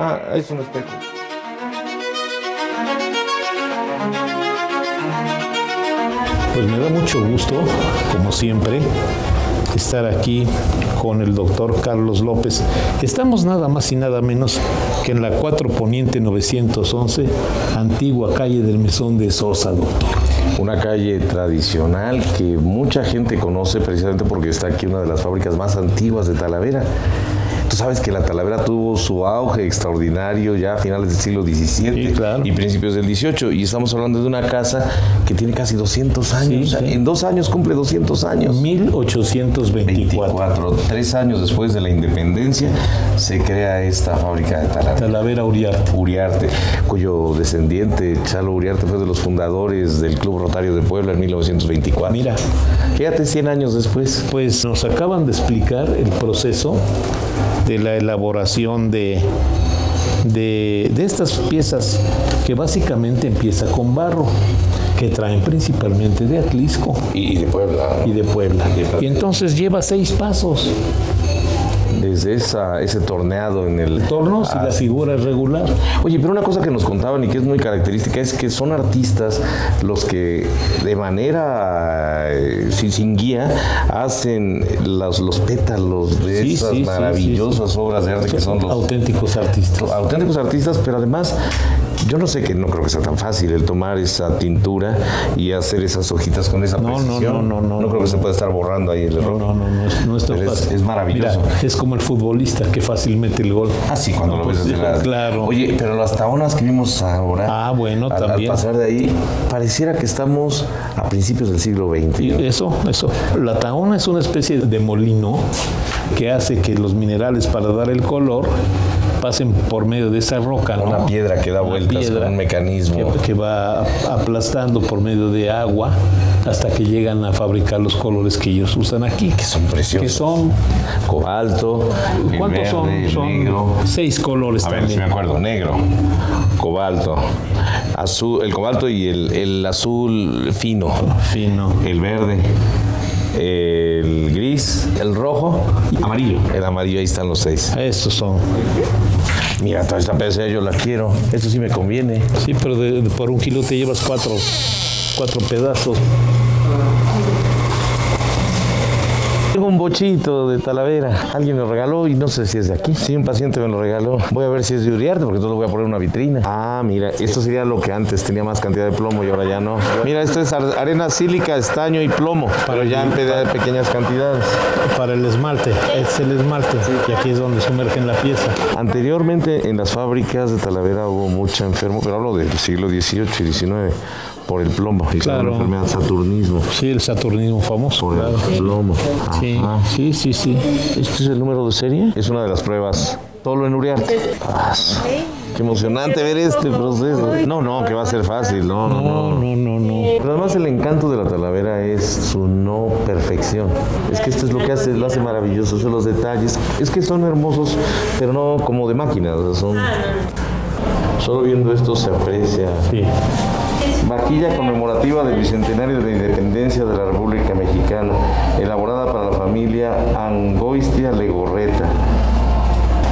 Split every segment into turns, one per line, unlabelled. Ah, es un espejo.
Pues me da mucho gusto, como siempre, estar aquí con el doctor Carlos López. Estamos nada más y nada menos que en la 4 Poniente 911, antigua calle del Mesón de Sosa, doctor.
Una calle tradicional que mucha gente conoce precisamente porque está aquí una de las fábricas más antiguas de Talavera. Tú sabes que la Talavera tuvo su auge extraordinario ya a finales del siglo XVII
Sí, claro.
y principios del XVIII. Y estamos hablando de una casa que tiene casi 200 años.
Sí, sí.
En dos años cumple 200 años.
1824.
24, tres años después de la independencia, se crea esta fábrica de Talavera.
Talavera Uriarte.
Uriarte, cuyo descendiente, Chalo Uriarte, fue de los fundadores del Club Rotario de Puebla en 1924.
Mira,
Fíjate, 100 años después.
pues nos acaban de explicar el proceso de la elaboración de, de, de estas piezas que básicamente empieza con barro, que traen principalmente de Atlisco
Y de Puebla.
y de Puebla. Y entonces lleva seis pasos.
Desde esa, ese torneado en el...
Tornos
Ah.
y la figura es regular.
Oye, pero una cosa que nos contaban y que es muy característica es que son artistas los que de manera eh, sin, sin guía hacen las- los pétalos de
Sí,
esas
sí, sí,
maravillosas obras de arte que son los
auténticos artistas.
auténticos artistas, pero además yo no sé que no creo que sea tan fácil el tomar esa tintura y hacer esas hojitas con esa
No, no,
precisión.
no, no, no.
creo que se pueda estar borrando ahí el
No,
error.
no, no, no es, no es tan
Pero es-
fácil.
es maravilloso.
Mira, es como el futbolista que fácilmente el gol.
Ah, sí, cuando
No,
lo
pues,
ves desde la...
Claro.
Oye, pero las taonas que vimos ahora...
Ah, bueno,
al- al
también.
pasar de ahí, pareciera que estamos a principios del siglo XX.
Y Eso, eso. La taona es una especie de molino que hace que los minerales para dar el color pasen por medio de esa roca, ¿no?
Una piedra que da
Una
vueltas
piedra
con un mecanismo.
que, que va aplastando por medio de agua hasta que llegan a fabricar los colores que ellos usan aquí, que
Son preciosos.
que son
Cobalto, el
¿Cuántos
verde,
son?
el
son
negro.
seis colores
A ver si
también.
me acuerdo, negro, cobalto, azul, el cobalto y el, el azul fino,
Fino.
el verde, el gris, el rojo, amarillo. El amarillo, ahí están los seis.
Estos son.
Mira, toda esta PC yo la quiero. Esto sí me conviene.
Sí, pero de- de- por un kilo te llevas cuatro, cuatro pedazos.
Tengo un bochito de Talavera. Alguien me lo regaló y no sé si es de aquí. Sí, un paciente me lo regaló. Voy a ver si es de Uriarte porque entonces lo voy a poner en una vitrina. Ah, mira, esto sería lo que antes tenía más cantidad de plomo y ahora ya no. Mira, esto es ar- arena sílica, estaño y plomo, pero ya en pe- pequeñas cantidades.
Para el esmalte, es el esmalte. Y aquí es donde sumergen la pieza.
Anteriormente en las fábricas de Talavera hubo mucha enfermo, pero hablo del siglo XVIII y XIX, por el plomo. Y
Claro.
La enfermedad saturnismo.
Sí, el saturnismo famoso.
Por el
claro.
plomo.
Sí,
Ajá.
sí, sí, sí.
¿Este es el número de serie? Es una de las pruebas. Solo en Uriarte. Ah, su- Qué emocionante ver este proceso. No, no, que va a ser fácil. No, no,
No, no,
no.
no, no.
Pero además el encanto de la talavera es su no perfección. Es que esto es lo que hace, lo hace maravilloso, son los detalles. Es que son hermosos, pero no como de máquina. o sea, son... Solo viendo esto se aprecia.
Sí.
Vaquilla conmemorativa del Bicentenario de la Independencia de la República Mexicana, elaborada para la familia Angoistia Legorreta.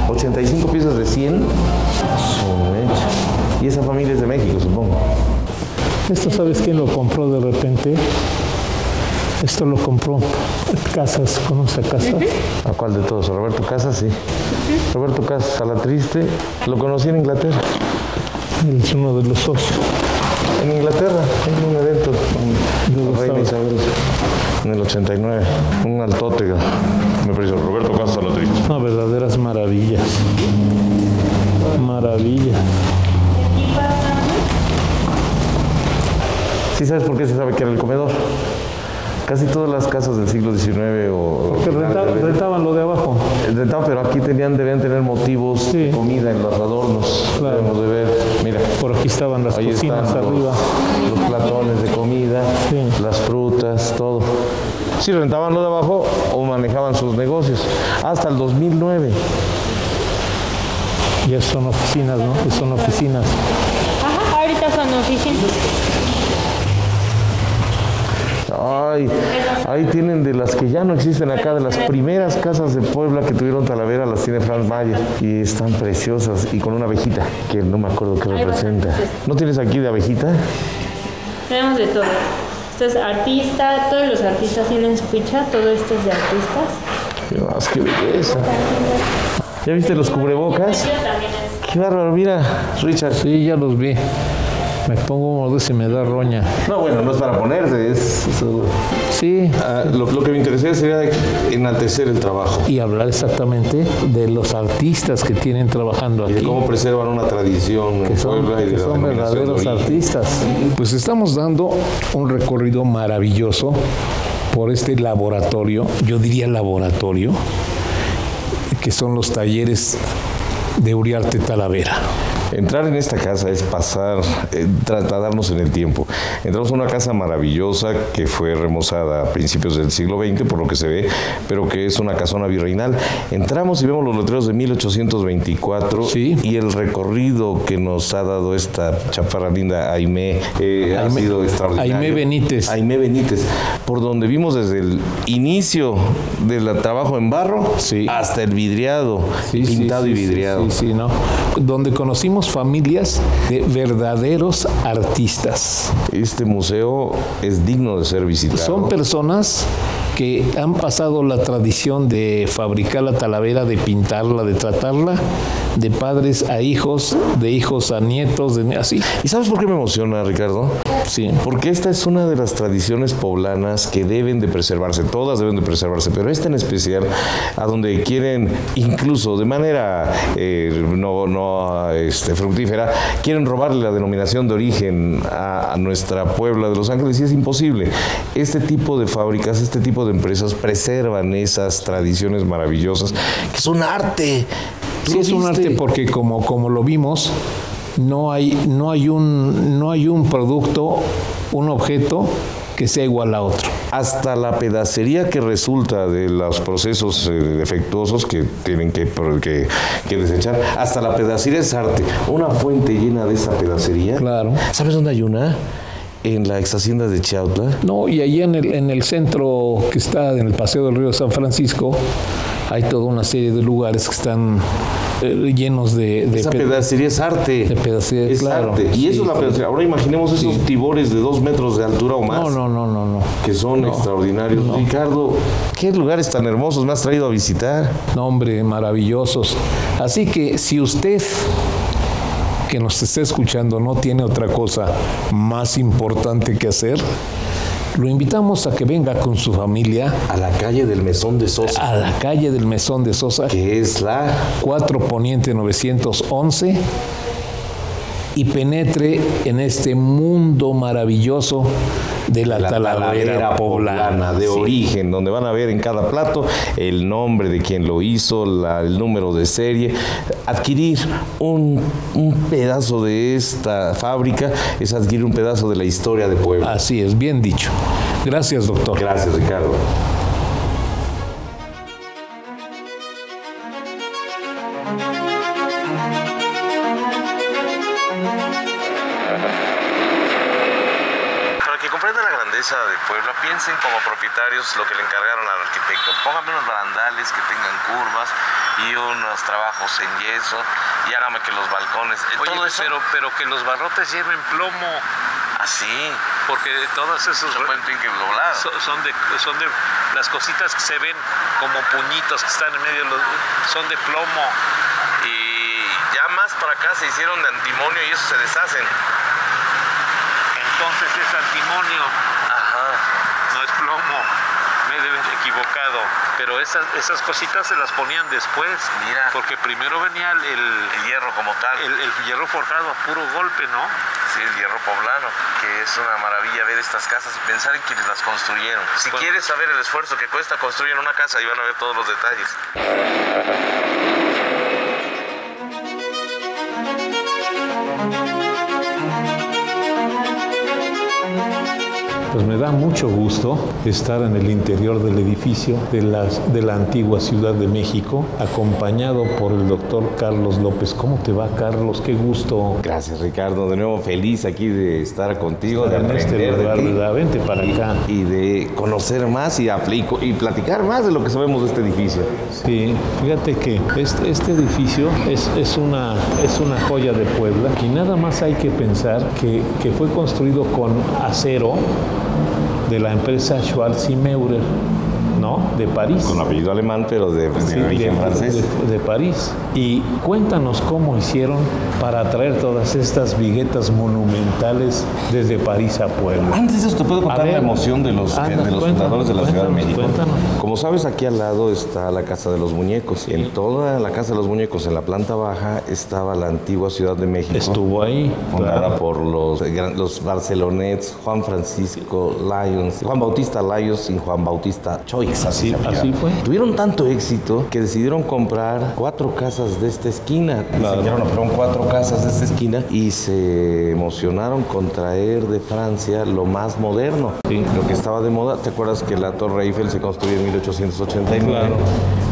85 piezas de 100 son hechas. Y esa familia es de México, supongo.
Esto sabes quién lo compró de repente. Esto lo compró Casas, ¿conoce a Casas?
¿A cuál de todos? ¿A Roberto Casas? Sí. Roberto Casas, a la triste, lo conocí en Inglaterra.
Él es uno de los socios.
En Inglaterra, en un evento con la Reina Isabel. En el 89, un altotega. Me pareció Roberto Casas a la triste.
No, verdaderas maravillas. Maravillas.
¿Sí sabes por qué se sabe que era el comedor? Casi todas las casas del siglo XIX o...
Porque
finales
renta-
del XX.
rentaban lo de abajo.
Rentaban, pero aquí tenían, debían tener motivos
Sí.
de comida en los adornos.
Claro.
Debemos de ver. Mira,
Por aquí estaban las
ahí están
cocinas
los,
arriba.
los platones de comida,
Sí.
las frutas, todo. Sí, rentaban lo de abajo o manejaban sus negocios. Hasta el 2009.
Ya son oficinas, ¿no? Ya son oficinas.
Ajá, ahorita son oficinas.
Ay, ahí tienen de las que ya no existen acá, de las primeras casas de Puebla que tuvieron Talavera, las tiene Franz Mayer. Y están preciosas y con una abejita, que no me acuerdo qué representa. ¿No tienes aquí de abejita?
Tenemos de todo. Esto es artista, todos los artistas tienen su ficha, todo esto es de artistas.
Qué más, qué belleza. ¿Ya viste los cubrebocas?
Yo también es.
Qué bárbaro, mira, Richard.
Sí, ya los vi. Me pongo uno de ese y me da roña.
No, bueno, no es para ponerse, es... es, uh,
Sí,
ah, lo, lo que me interesaría sería enaltecer el trabajo.
y hablar exactamente de los artistas que tienen trabajando
Y de
aquí.
cómo preservan una tradición en
que son,
Puebla y de
que
la
son
denominación de
verdaderos
origen.
artistas. Pues estamos dando un recorrido maravilloso por este laboratorio, yo diría laboratorio, que son los talleres de Uriarte Talavera.
Entrar en esta casa es pasar, eh, trasladarnos en el tiempo. Entramos a una casa maravillosa que fue remozada a principios del siglo XX, por lo que se ve, pero que es una casona virreinal. Entramos y vemos los letreros de 1824
Sí.
y el recorrido que nos ha dado esta chaparra linda Aimé eh, ha
Aimé-
sido extraordinario.
Aimé Benítez.
Aimé Benítez, por donde vimos desde el inicio del trabajo en barro
Sí.
hasta el vidriado,
Sí, sí,
pintado
sí,
y
sí,
vidriado.
Sí, sí, ¿no? Donde conocimos familias de verdaderos artistas.
Este museo es digno de ser visitado.
Pues Son personas que han pasado la tradición de fabricar la talavera, de pintarla, de tratarla, de padres a hijos, de hijos a nietos, de, así.
¿Y sabes por qué me emociona, Ricardo?
Sí.
Porque esta es una de las tradiciones poblanas que deben de preservarse, todas deben de preservarse, pero esta en especial, a donde quieren, incluso de manera eh, no, no este, fructífera, quieren robarle la denominación de origen a, a nuestra Puebla de Los Ángeles y es imposible. Este tipo de fábricas, este tipo de empresas preservan esas tradiciones maravillosas, que son arte. Tú
Sí,
lo
es un
viste.
arte porque como, como lo vimos, no hay, no, hay un, no hay un producto, un objeto que sea igual a otro.
hasta la pedacería que resulta de los procesos eh, defectuosos que tienen que, pro- que- que desechar, hasta la pedacería es arte. Una fuente llena de esa pedacería.
Claro.
¿Sabes dónde hay una? En la ex hacienda de Chautla.
No, y allí en el, en el centro que está en el Paseo del Río San Francisco, hay toda una serie de lugares que están eh, llenos de, de
Esa
ped-
pedacería es arte.
de pedacería,
es
claro.
arte. Y
Sí,
eso es la
sí.
pedacería. Ahora imaginemos esos tibores de dos metros de altura o más.
No, no, no, no, no.
Que son extraordinarios. Ricardo, ¿qué lugares tan hermosos me has traído a visitar?
No, hombre, maravillosos. Así que si usted que nos está escuchando no tiene otra cosa más importante que hacer, lo invitamos a que venga con su familia
A la calle del Mesón de Sosa,
a la calle del Mesón de Sosa,
que es la
4 Poniente 911 y penetre en este mundo maravilloso de la,
la
talavera,
talavera
poblana.
poblana de
Sí.
origen, donde van a ver en cada plato el nombre de quien lo hizo, la- el número de serie. Adquirir un, un pedazo de esta fábrica es adquirir un pedazo de la historia de Puebla.
Ah.
Así es, bien dicho. Gracias, doctor.
Gracias, Ricardo.
Para que comprendan la grandeza de Puebla, piensen como propietarios lo que le encargaron al arquitecto. Pónganme unos barandales que tengan curvas y unos trabajos en yeso y hágame que los balcones. eh,
Oye,
todo eso.
pero, pero que los barrotes lleven plomo,
Así.
porque todas esas
Se pueden tener que doblar.
so- son de, son de las cositas que se ven como puñitos que están en medio, de los- son de plomo.
Y ya más para acá se hicieron de antimonio y eso se deshacen.
Entonces es antimonio,
Ajá.
no es plomo. Me deben equivocado, pero esas, esas cositas se las ponían después,
Mira.
porque primero venía el, el,
El hierro como tal.
el- el hierro forjado a puro golpe, ¿no?
Sí. decir el hierro poblano, que es una maravilla ver estas casas y pensar en quienes las construyeron. Si
Pues
quieres saber el esfuerzo que cuesta construir una casa, ahí van a ver todos los detalles.
Pues me da mucho gusto estar en el interior del edificio de la, de la antigua Ciudad de México, acompañado por el doctor Carlos López. ¿Cómo te va, Carlos? Qué gusto.
Gracias, Ricardo. De nuevo, feliz aquí de estar contigo,
estar
de
en este
aprender
lugar,
de ti.
¿verdad? Vente para acá.
y de conocer más y aplico y platicar más de lo que sabemos de este edificio.
Sí, fíjate que este, este edificio es, es una, es una joya de Puebla y nada más hay que pensar que, que fue construido con acero de la empresa Schwarz y Meurer, ¿no? De París.
Con apellido alemán, pero de, de
Sí, de,
origen francés.
de- de París. Y cuéntanos cómo hicieron para traer todas estas viguetas monumentales desde París a Puebla.
Antes de eso, te puedo
A
contar
ver.
la emoción de los, eh,
Anda,
de los
cuéntanos,
fundadores de la Ciudad de
cuéntanos,
México.
cuéntanos.
Como sabes, aquí al lado está la Casa de los Muñecos. Y en toda la Casa de los Muñecos, en la planta baja, estaba la antigua Ciudad de México.
Estuvo ahí.
fundada
claro.
por los, eh, gran- los barcelonets Juan Francisco Lyons, Juan Bautista Lyons y Juan Bautista Choix.
Así-
se apellidaba.
así fue.
Tuvieron tanto éxito que decidieron comprar cuatro casas de esta esquina. Se quedaron, compraron cuatro casas de esta esquina y se emocionaron con traer de Francia lo más moderno,
Sí.
lo que estaba de moda. ¿Te acuerdas que la Torre Eiffel se construyó en 1889?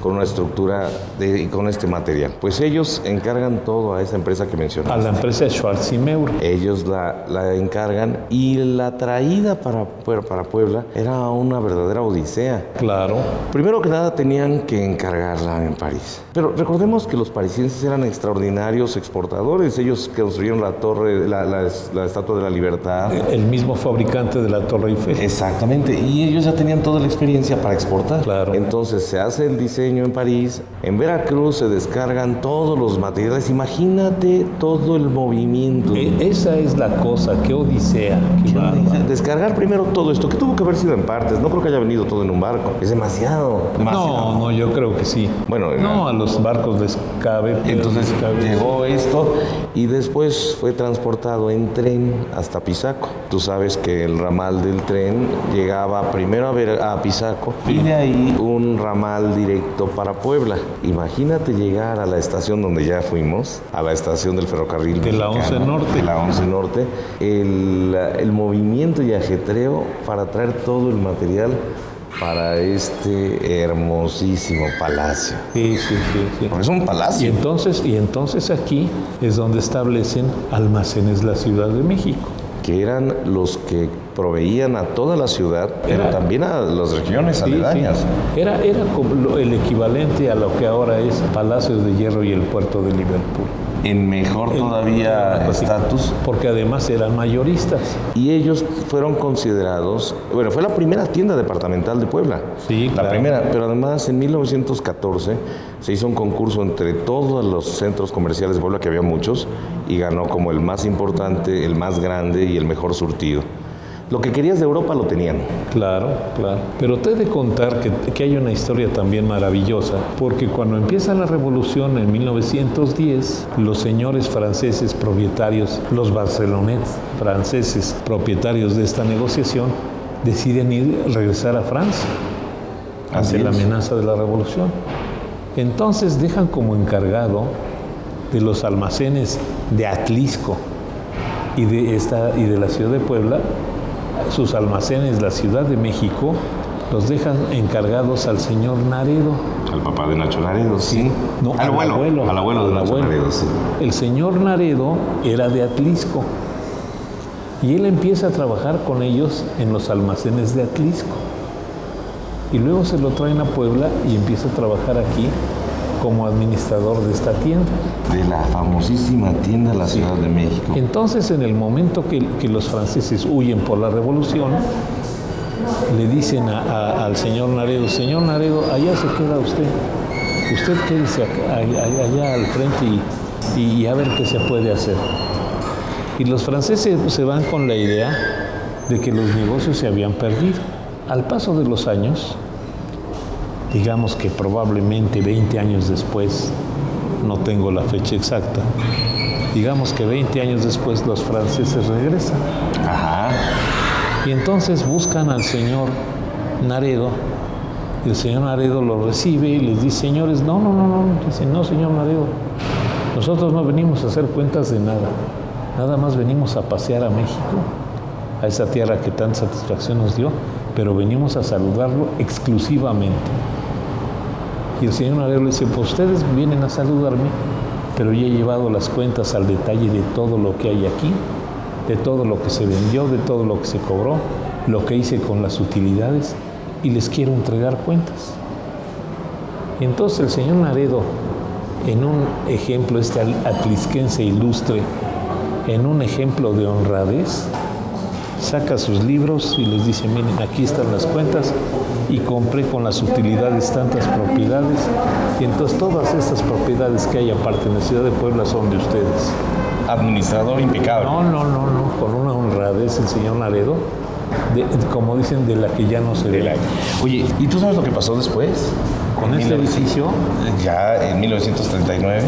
con una estructura de- y con este material. Pues ellos encargan todo a esa empresa que mencioné.
A la empresa Schwarz y Meurer.
Ellos la, la encargan y la traída para, Pue- para Puebla era una verdadera odisea.
Claro.
Primero que nada tenían que encargarla en París. Pero recordemos que los parisienses eran extraordinarios exportadores. Ellos construyeron la torre, la, la- la Estatua de la Libertad.
El mismo fabricante de la Torre Eiffel.
Exactamente, y ellos ya tenían toda la experiencia para exportar.
Claro.
Entonces se hace el diseño en París, en Veracruz se descargan todos los materiales. Imagínate todo el movimiento.
E- esa es la cosa, qué odisea. qué bárbaro.
Descargar primero todo esto, que tuvo que haber sido en partes, no creo que haya venido todo en un barco, es demasiado.
No, no, yo creo que sí.
Bueno, eh, era-
no, a los barcos les cabe. pero
Entonces
les cabe.
llegó esto y después fue transportado en tren hasta Pisaco. Tú sabes que el ramal del tren llegaba primero a, ver, a Pisaco y de ahí un ramal directo para Puebla. Imagínate llegar a la estación donde ya fuimos, a la estación del ferrocarril.
De la
mexicano,
11 Norte.
de la 11 Norte, el, el movimiento y ajetreo para traer todo el material para este hermosísimo palacio.
Sí, sí, sí, sí.
Porque es un
Y
palacio.
entonces, y entonces aquí es donde establecen almacenes la Ciudad de México.
que eran los que proveían a toda la ciudad, pero
Era-
también a las regiones
Sí, sí.
aledañas.
Era, era como lo- el equivalente a lo que ahora es Palacios de Hierro y el Puerto de Liverpool.
En mejor todavía estatus.
Porque además eran mayoristas.
Y ellos fueron considerados, bueno, fue la primera tienda departamental de Puebla.
Sí,
la
claro.
primera, pero además en 1914 se hizo un concurso entre todos los centros comerciales de Puebla, que había muchos, y ganó como el más importante, el más grande y el mejor surtido. Lo que querías de Europa lo tenían.
Claro, claro. Pero te he de contar que, que hay una historia también maravillosa, porque cuando empieza la revolución en 1910, los señores franceses propietarios, los barcelonets franceses propietarios de esta negociación, deciden ir regresar a Francia
Así
ante la
es.
amenaza de la revolución. Entonces dejan como encargado de los almacenes de Atlisco y de, esta, y de la ciudad de Puebla, sus almacenes, la ciudad de México, los dejan encargados al señor Naredo.
Al papá de Nacho Laredo, sí.
No,
al, abuelo, Al abuelo de
al
Nacho
abuelo.
Laredo, sí.
El señor Naredo era de Atlisco y él empieza a trabajar con ellos en los almacenes de Atlisco. Y luego se lo traen a Puebla y empieza a trabajar aquí como administrador de esta tienda.
de la famosísima tienda La Ciudad de México.
Entonces, en el momento que, que los franceses huyen por la revolución, le dicen a- a- al señor Naredo, señor Naredo, allá se queda usted. Usted quédese acá- a- a- allá al frente y, y a ver qué se puede hacer. Y los franceses se van con la idea de que los negocios se habían perdido. Al paso de los años, digamos que probablemente 20 años después, no tengo la fecha exacta. Digamos que 20 años después los franceses regresan. Y entonces buscan al señor Naredo. El señor Naredo lo recibe y les dice, señores, no, no, no, no. Dicen, no, señor Naredo, nosotros no venimos a hacer cuentas de nada. Nada más venimos a pasear a México, a esa tierra que tanta satisfacción nos dio, pero venimos a saludarlo exclusivamente. Y el señor Naredo le dice, pues ustedes vienen a saludarme, pero yo he llevado las cuentas al detalle de todo lo que hay aquí, de todo lo que se vendió, de todo lo que se cobró, lo que hice con las utilidades y les quiero entregar cuentas. Y entonces el señor Naredo, en un ejemplo, este atlisquense ilustre, en un ejemplo de honradez, saca sus libros y les dice, miren, aquí están las cuentas y compré con las utilidades tantas propiedades y entonces todas estas propiedades que hay aparte en la ciudad de Puebla son de ustedes.
Administrador impecable.
No, no, no, no, con una honradez el señor Naredo, de- como dicen, de la que ya no se ve.
Oye, ¿y tú sabes lo que pasó después?
Con
En
este
1900
edificio,
Ya en 1939.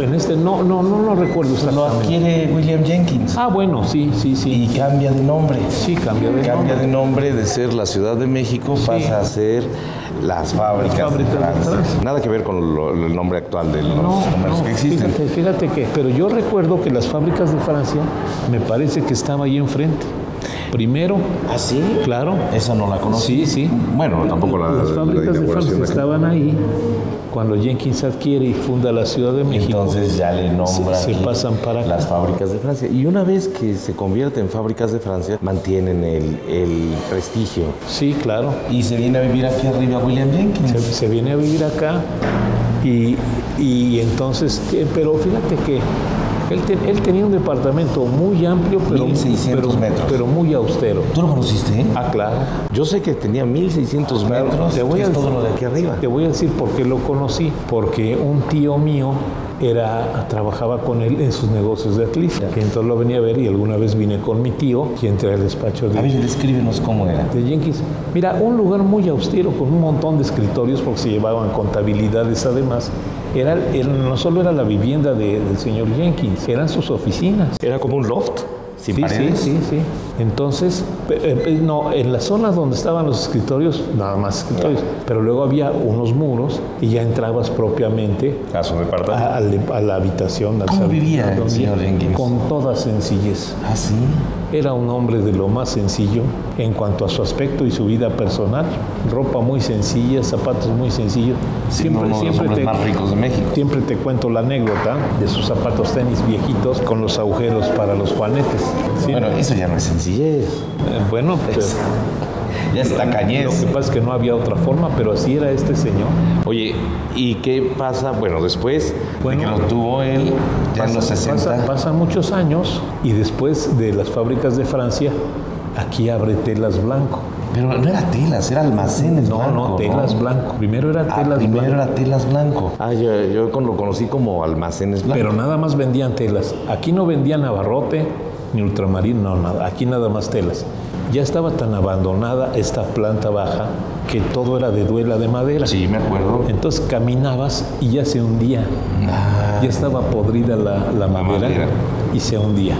en este, no, no, no, no recuerdo
Lo
exactamente.
adquiere William Jenkins.
Ah, bueno, sí, sí,
Y
sí.
cambia de nombre.
Sí, cambió de
Cambia de
nombre.
nombre de ser la Ciudad de México, pasa a ser las fábricas,
Las fábricas
de
de
Francia.
Francia.
Nada que ver con lo- el nombre actual de los
No,
números
no,
que existen.
fíjate, fíjate que, pero yo recuerdo que las fábricas de Francia me parece que estaba ahí enfrente. Primero,
¿Ah, sí?
claro.
Esa no la conocí.
Sí, sí.
Bueno, tampoco la,
Las
la
fábricas de
inauguración
Francia
de-
estaban ahí cuando Jenkins adquiere y funda la Ciudad de México.
Entonces ya le nombran
se
aquí
pasan para acá.
las fábricas de Francia. Y una vez que se convierte en fábricas de Francia, mantienen el, el prestigio.
Sí, claro.
Y se viene a vivir aquí arriba William Jenkins.
se, se viene a vivir acá y, y entonces, eh, pero fíjate que él, te- él tenía un departamento muy amplio, pero,
1600
pero-
metros.
pero muy austero.
¿Tú lo conociste? ¿eh?
Ah, claro.
Yo sé que tenía 1600 metros,
te voy
que
a
es todo
decir-
lo de aquí arriba.
Te voy a decir por qué lo conocí, porque un tío mío era trabajaba con él en sus negocios de atlista. Y entonces lo venía a ver y alguna vez vine con mi tío y entré al despacho de
A ver, descríbenos cómo era.
de Jenkins. Mira, un lugar muy austero con un montón de escritorios porque se llevaban contabilidades además. Era, era- no solo era la vivienda de- del señor Jenkins, eran sus oficinas.
Era como un loft, sin
Sí, sí,
paredes.
sí, sí. Entonces, pe- eh, eh, no, en las zonas donde estaban los escritorios, nada más escritorios, pero luego había unos muros y ya entrabas propiamente
A su departamento.
a, al de- a la habitación. Al
¿Cómo
salón,
vivía el
donde-
señor Jenkins?
Con toda sencillez.
Ah, sí.
Era un hombre de lo más sencillo en cuanto a su aspecto y su vida personal. Ropa muy sencilla, zapatos muy sencillos.
Siempre, uno de los hombres más ricos de México.
Siempre te cuento la anécdota de sus zapatos tenis viejitos con los agujeros para los juanetes. Sí.
Bueno, eso ya no es sencillez.
Eh, bueno, pues,
Ya está
lo
cañez.
que pasa es que no había otra forma, pero así era este señor.
Oye, ¿y qué pasa? Bueno, después
Bueno,
de que lo tuvo él, ya en los 60.
Pasan muchos años y después de las fábricas de Francia, aquí abre Telas Blanco.
Pero no era telas, era almacenes.
No,
blanco,
no, Telas Blanco. Primero era
Ah,
Telas
primero
Blanco.
era telas blanco. Ah, yo, yo con- lo conocí como almacenes blanco.
Pero nada más vendían telas. Aquí no vendían abarrote ni ultramarino, no, nada. Aquí nada más telas. Ya estaba tan abandonada esta planta baja que todo era de duela de madera.
sí, me acuerdo.
Entonces caminabas y ya se hundía.
Ah,
Ya estaba podrida la, la madera,
madera.
y se hundía.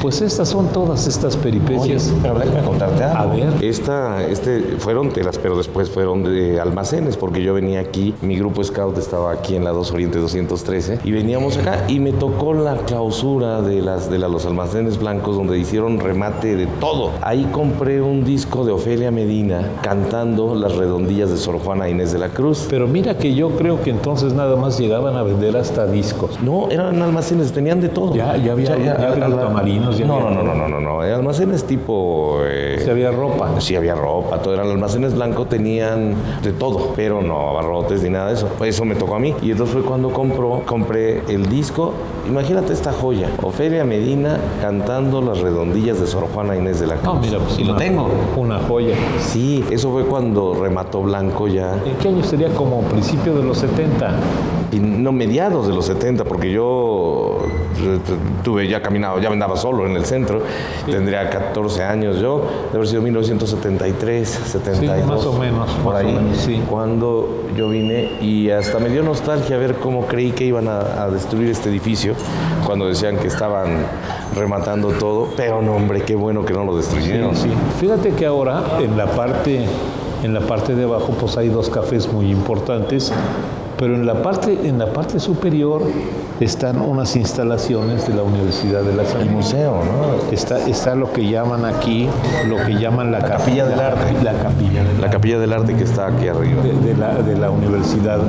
Pues estas son todas estas
Oye,
peripecias.
pero déjame contarte algo.
A ver.
Esta, este, fueron telas, pero después fueron de almacenes, porque yo venía aquí, mi grupo scout estaba aquí en la 2 Oriente 213, y veníamos acá, y me tocó la clausura de, las, de la- los almacenes blancos, donde hicieron remate de todo. Ahí compré un disco de Ofelia Medina cantando las redondillas de Sor Juana Inés de la Cruz.
Pero mira que yo creo que entonces nada más llegaban a vender hasta discos.
No, eran almacenes, tenían de todo.
Ya- ya había- ya había
había-
ultramarinos, ya
no,
había-
no, no, no, no, no, eran almacenes tipo... eh,
Se había ropa.
Sí, había ropa, todo eran almacenes blancos, tenían de todo, pero no abarrotes ni nada de eso. Eso me tocó a mí. Y entonces fue cuando compró, compré el disco. Imagínate esta joya: Ofelia Medina cantando las redondillas de Sor Juana Inés de la Cruz.
No, mira, pues
y lo
una-
tengo.
Una joya.
Sí, eso fue cuando remató Blanco ya.
Eh, ¿En qué año sería como principio de los 70?
y no mediados de los 70, porque yo eh, tuve ya caminado, ya andaba solo en el centro, tendría 14 años yo, debe haber sido 1973, 72.
Sí, más o menos,
Por
más o
ahí,
menos, sí.
cuando yo vine y hasta me dio nostalgia ver cómo creí que iban a, a destruir este edificio cuando decían que estaban rematando todo, pero no hombre, qué bueno que no lo destruyeron.
Eh, Sí, sí. Fíjate que ahora en la parte en la parte de abajo pues hay dos cafés muy importantes, pero en la parte en la parte superior están unas instalaciones de la Universidad de la San
El museo, ¿no?
Está, está lo que llaman aquí, lo que llaman la,
Capilla del Arte.
La capilla del
La capilla del arte que está aquí arriba.
de, de la, de la Universidad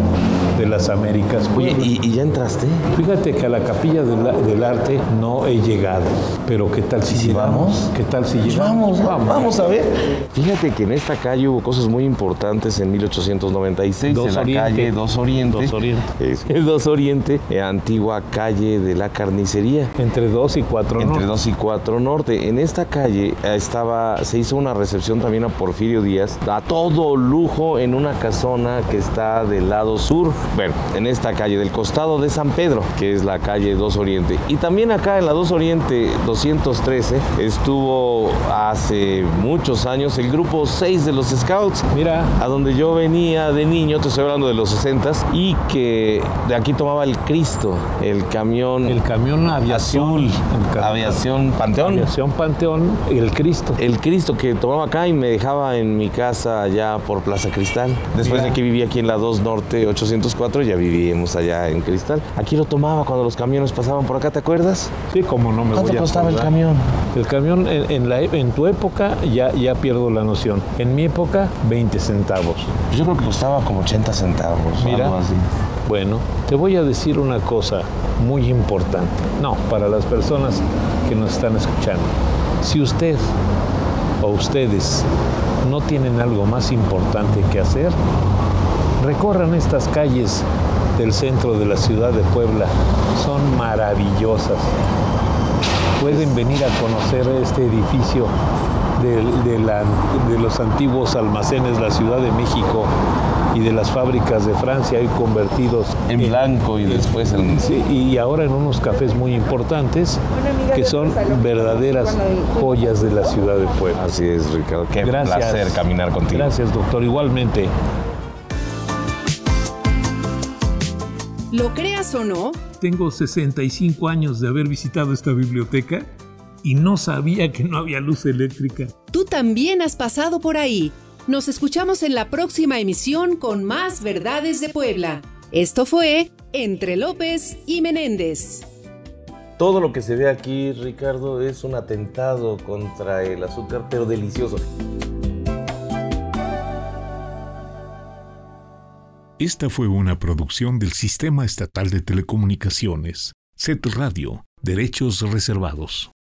de las Américas.
Oye, ¿y, y ya entraste?
Fíjate que a la capilla del, del arte no he llegado, pero ¿qué tal si,
si
llegamos?
vamos? Pues
¿Qué tal si llegamos?
Vamos a ver. Fíjate que en esta calle hubo cosas muy importantes en 1896,
Dos
en la
Oriente.
calle Dos Oriente.
Dos Oriente.
Eh, Dos Oriente, eh, antigua calle de la carnicería.
Entre dos y cuatro.
Entre
¿no?
2 y 4 Norte. En esta calle eh, estaba, se hizo una recepción también a Porfirio Díaz, a todo lujo en una casona que está del lado sur, bueno, en esta calle, del costado de San Pedro, que es la calle 2 Oriente. Y también acá en la 2 Oriente 213 estuvo hace muchos años el grupo 6 de los Scouts
Mira,
a donde yo venía de niño, te estoy hablando de los 60 y que de aquí tomaba el Cristo, el camión
el camión aviación. el ca-
Aviación Panteón.
Aviación Panteón, el Cristo.
El Cristo que tomaba acá y me dejaba en mi casa allá por Plaza Cristal. Después
Mira.
de que viví aquí en la 2 Norte 804, ya vivíamos allá en Cristal. Aquí lo tomaba cuando los camiones pasaban por acá, ¿te acuerdas?
Sí, como no me voy
¿Cuánto
a
costaba el
acordar.
camión?
El camión en, en la, e- en tu época ya, ya pierdo la noción. En mi época, 20 centavos.
Yo creo que costaba como 80 centavos.
Mira.
algo así.
Bueno, te voy a decir una cosa muy importante. No, para las personas que nos están escuchando. Si usted o ustedes no tienen algo más importante que hacer, recorran estas calles del centro de la ciudad de Puebla. Son maravillosas. Pueden venir a conocer este edificio del- de, la- de los antiguos almacenes de la Ciudad de México y de las fábricas de Francia, hoy convertidos
En blanco y después en.
Sí, y ahora en unos cafés muy importantes que son verdaderas joyas de la ciudad de Puebla.
Así es, Ricardo. Qué
Gracias.
placer caminar contigo.
Gracias, doctor. Igualmente.
Lo creas o no,
Tengo 65 años de haber visitado esta biblioteca y no sabía que no había luz eléctrica.
tú también has pasado por ahí. Nos escuchamos en la próxima emisión con más verdades de Puebla. Esto fue Entre López y Menéndez.
Todo lo que se ve aquí, Ricardo, es un atentado contra el azúcar, pero delicioso.
Esta fue una producción del Sistema Estatal de Telecomunicaciones, CET Radio, Derechos Reservados.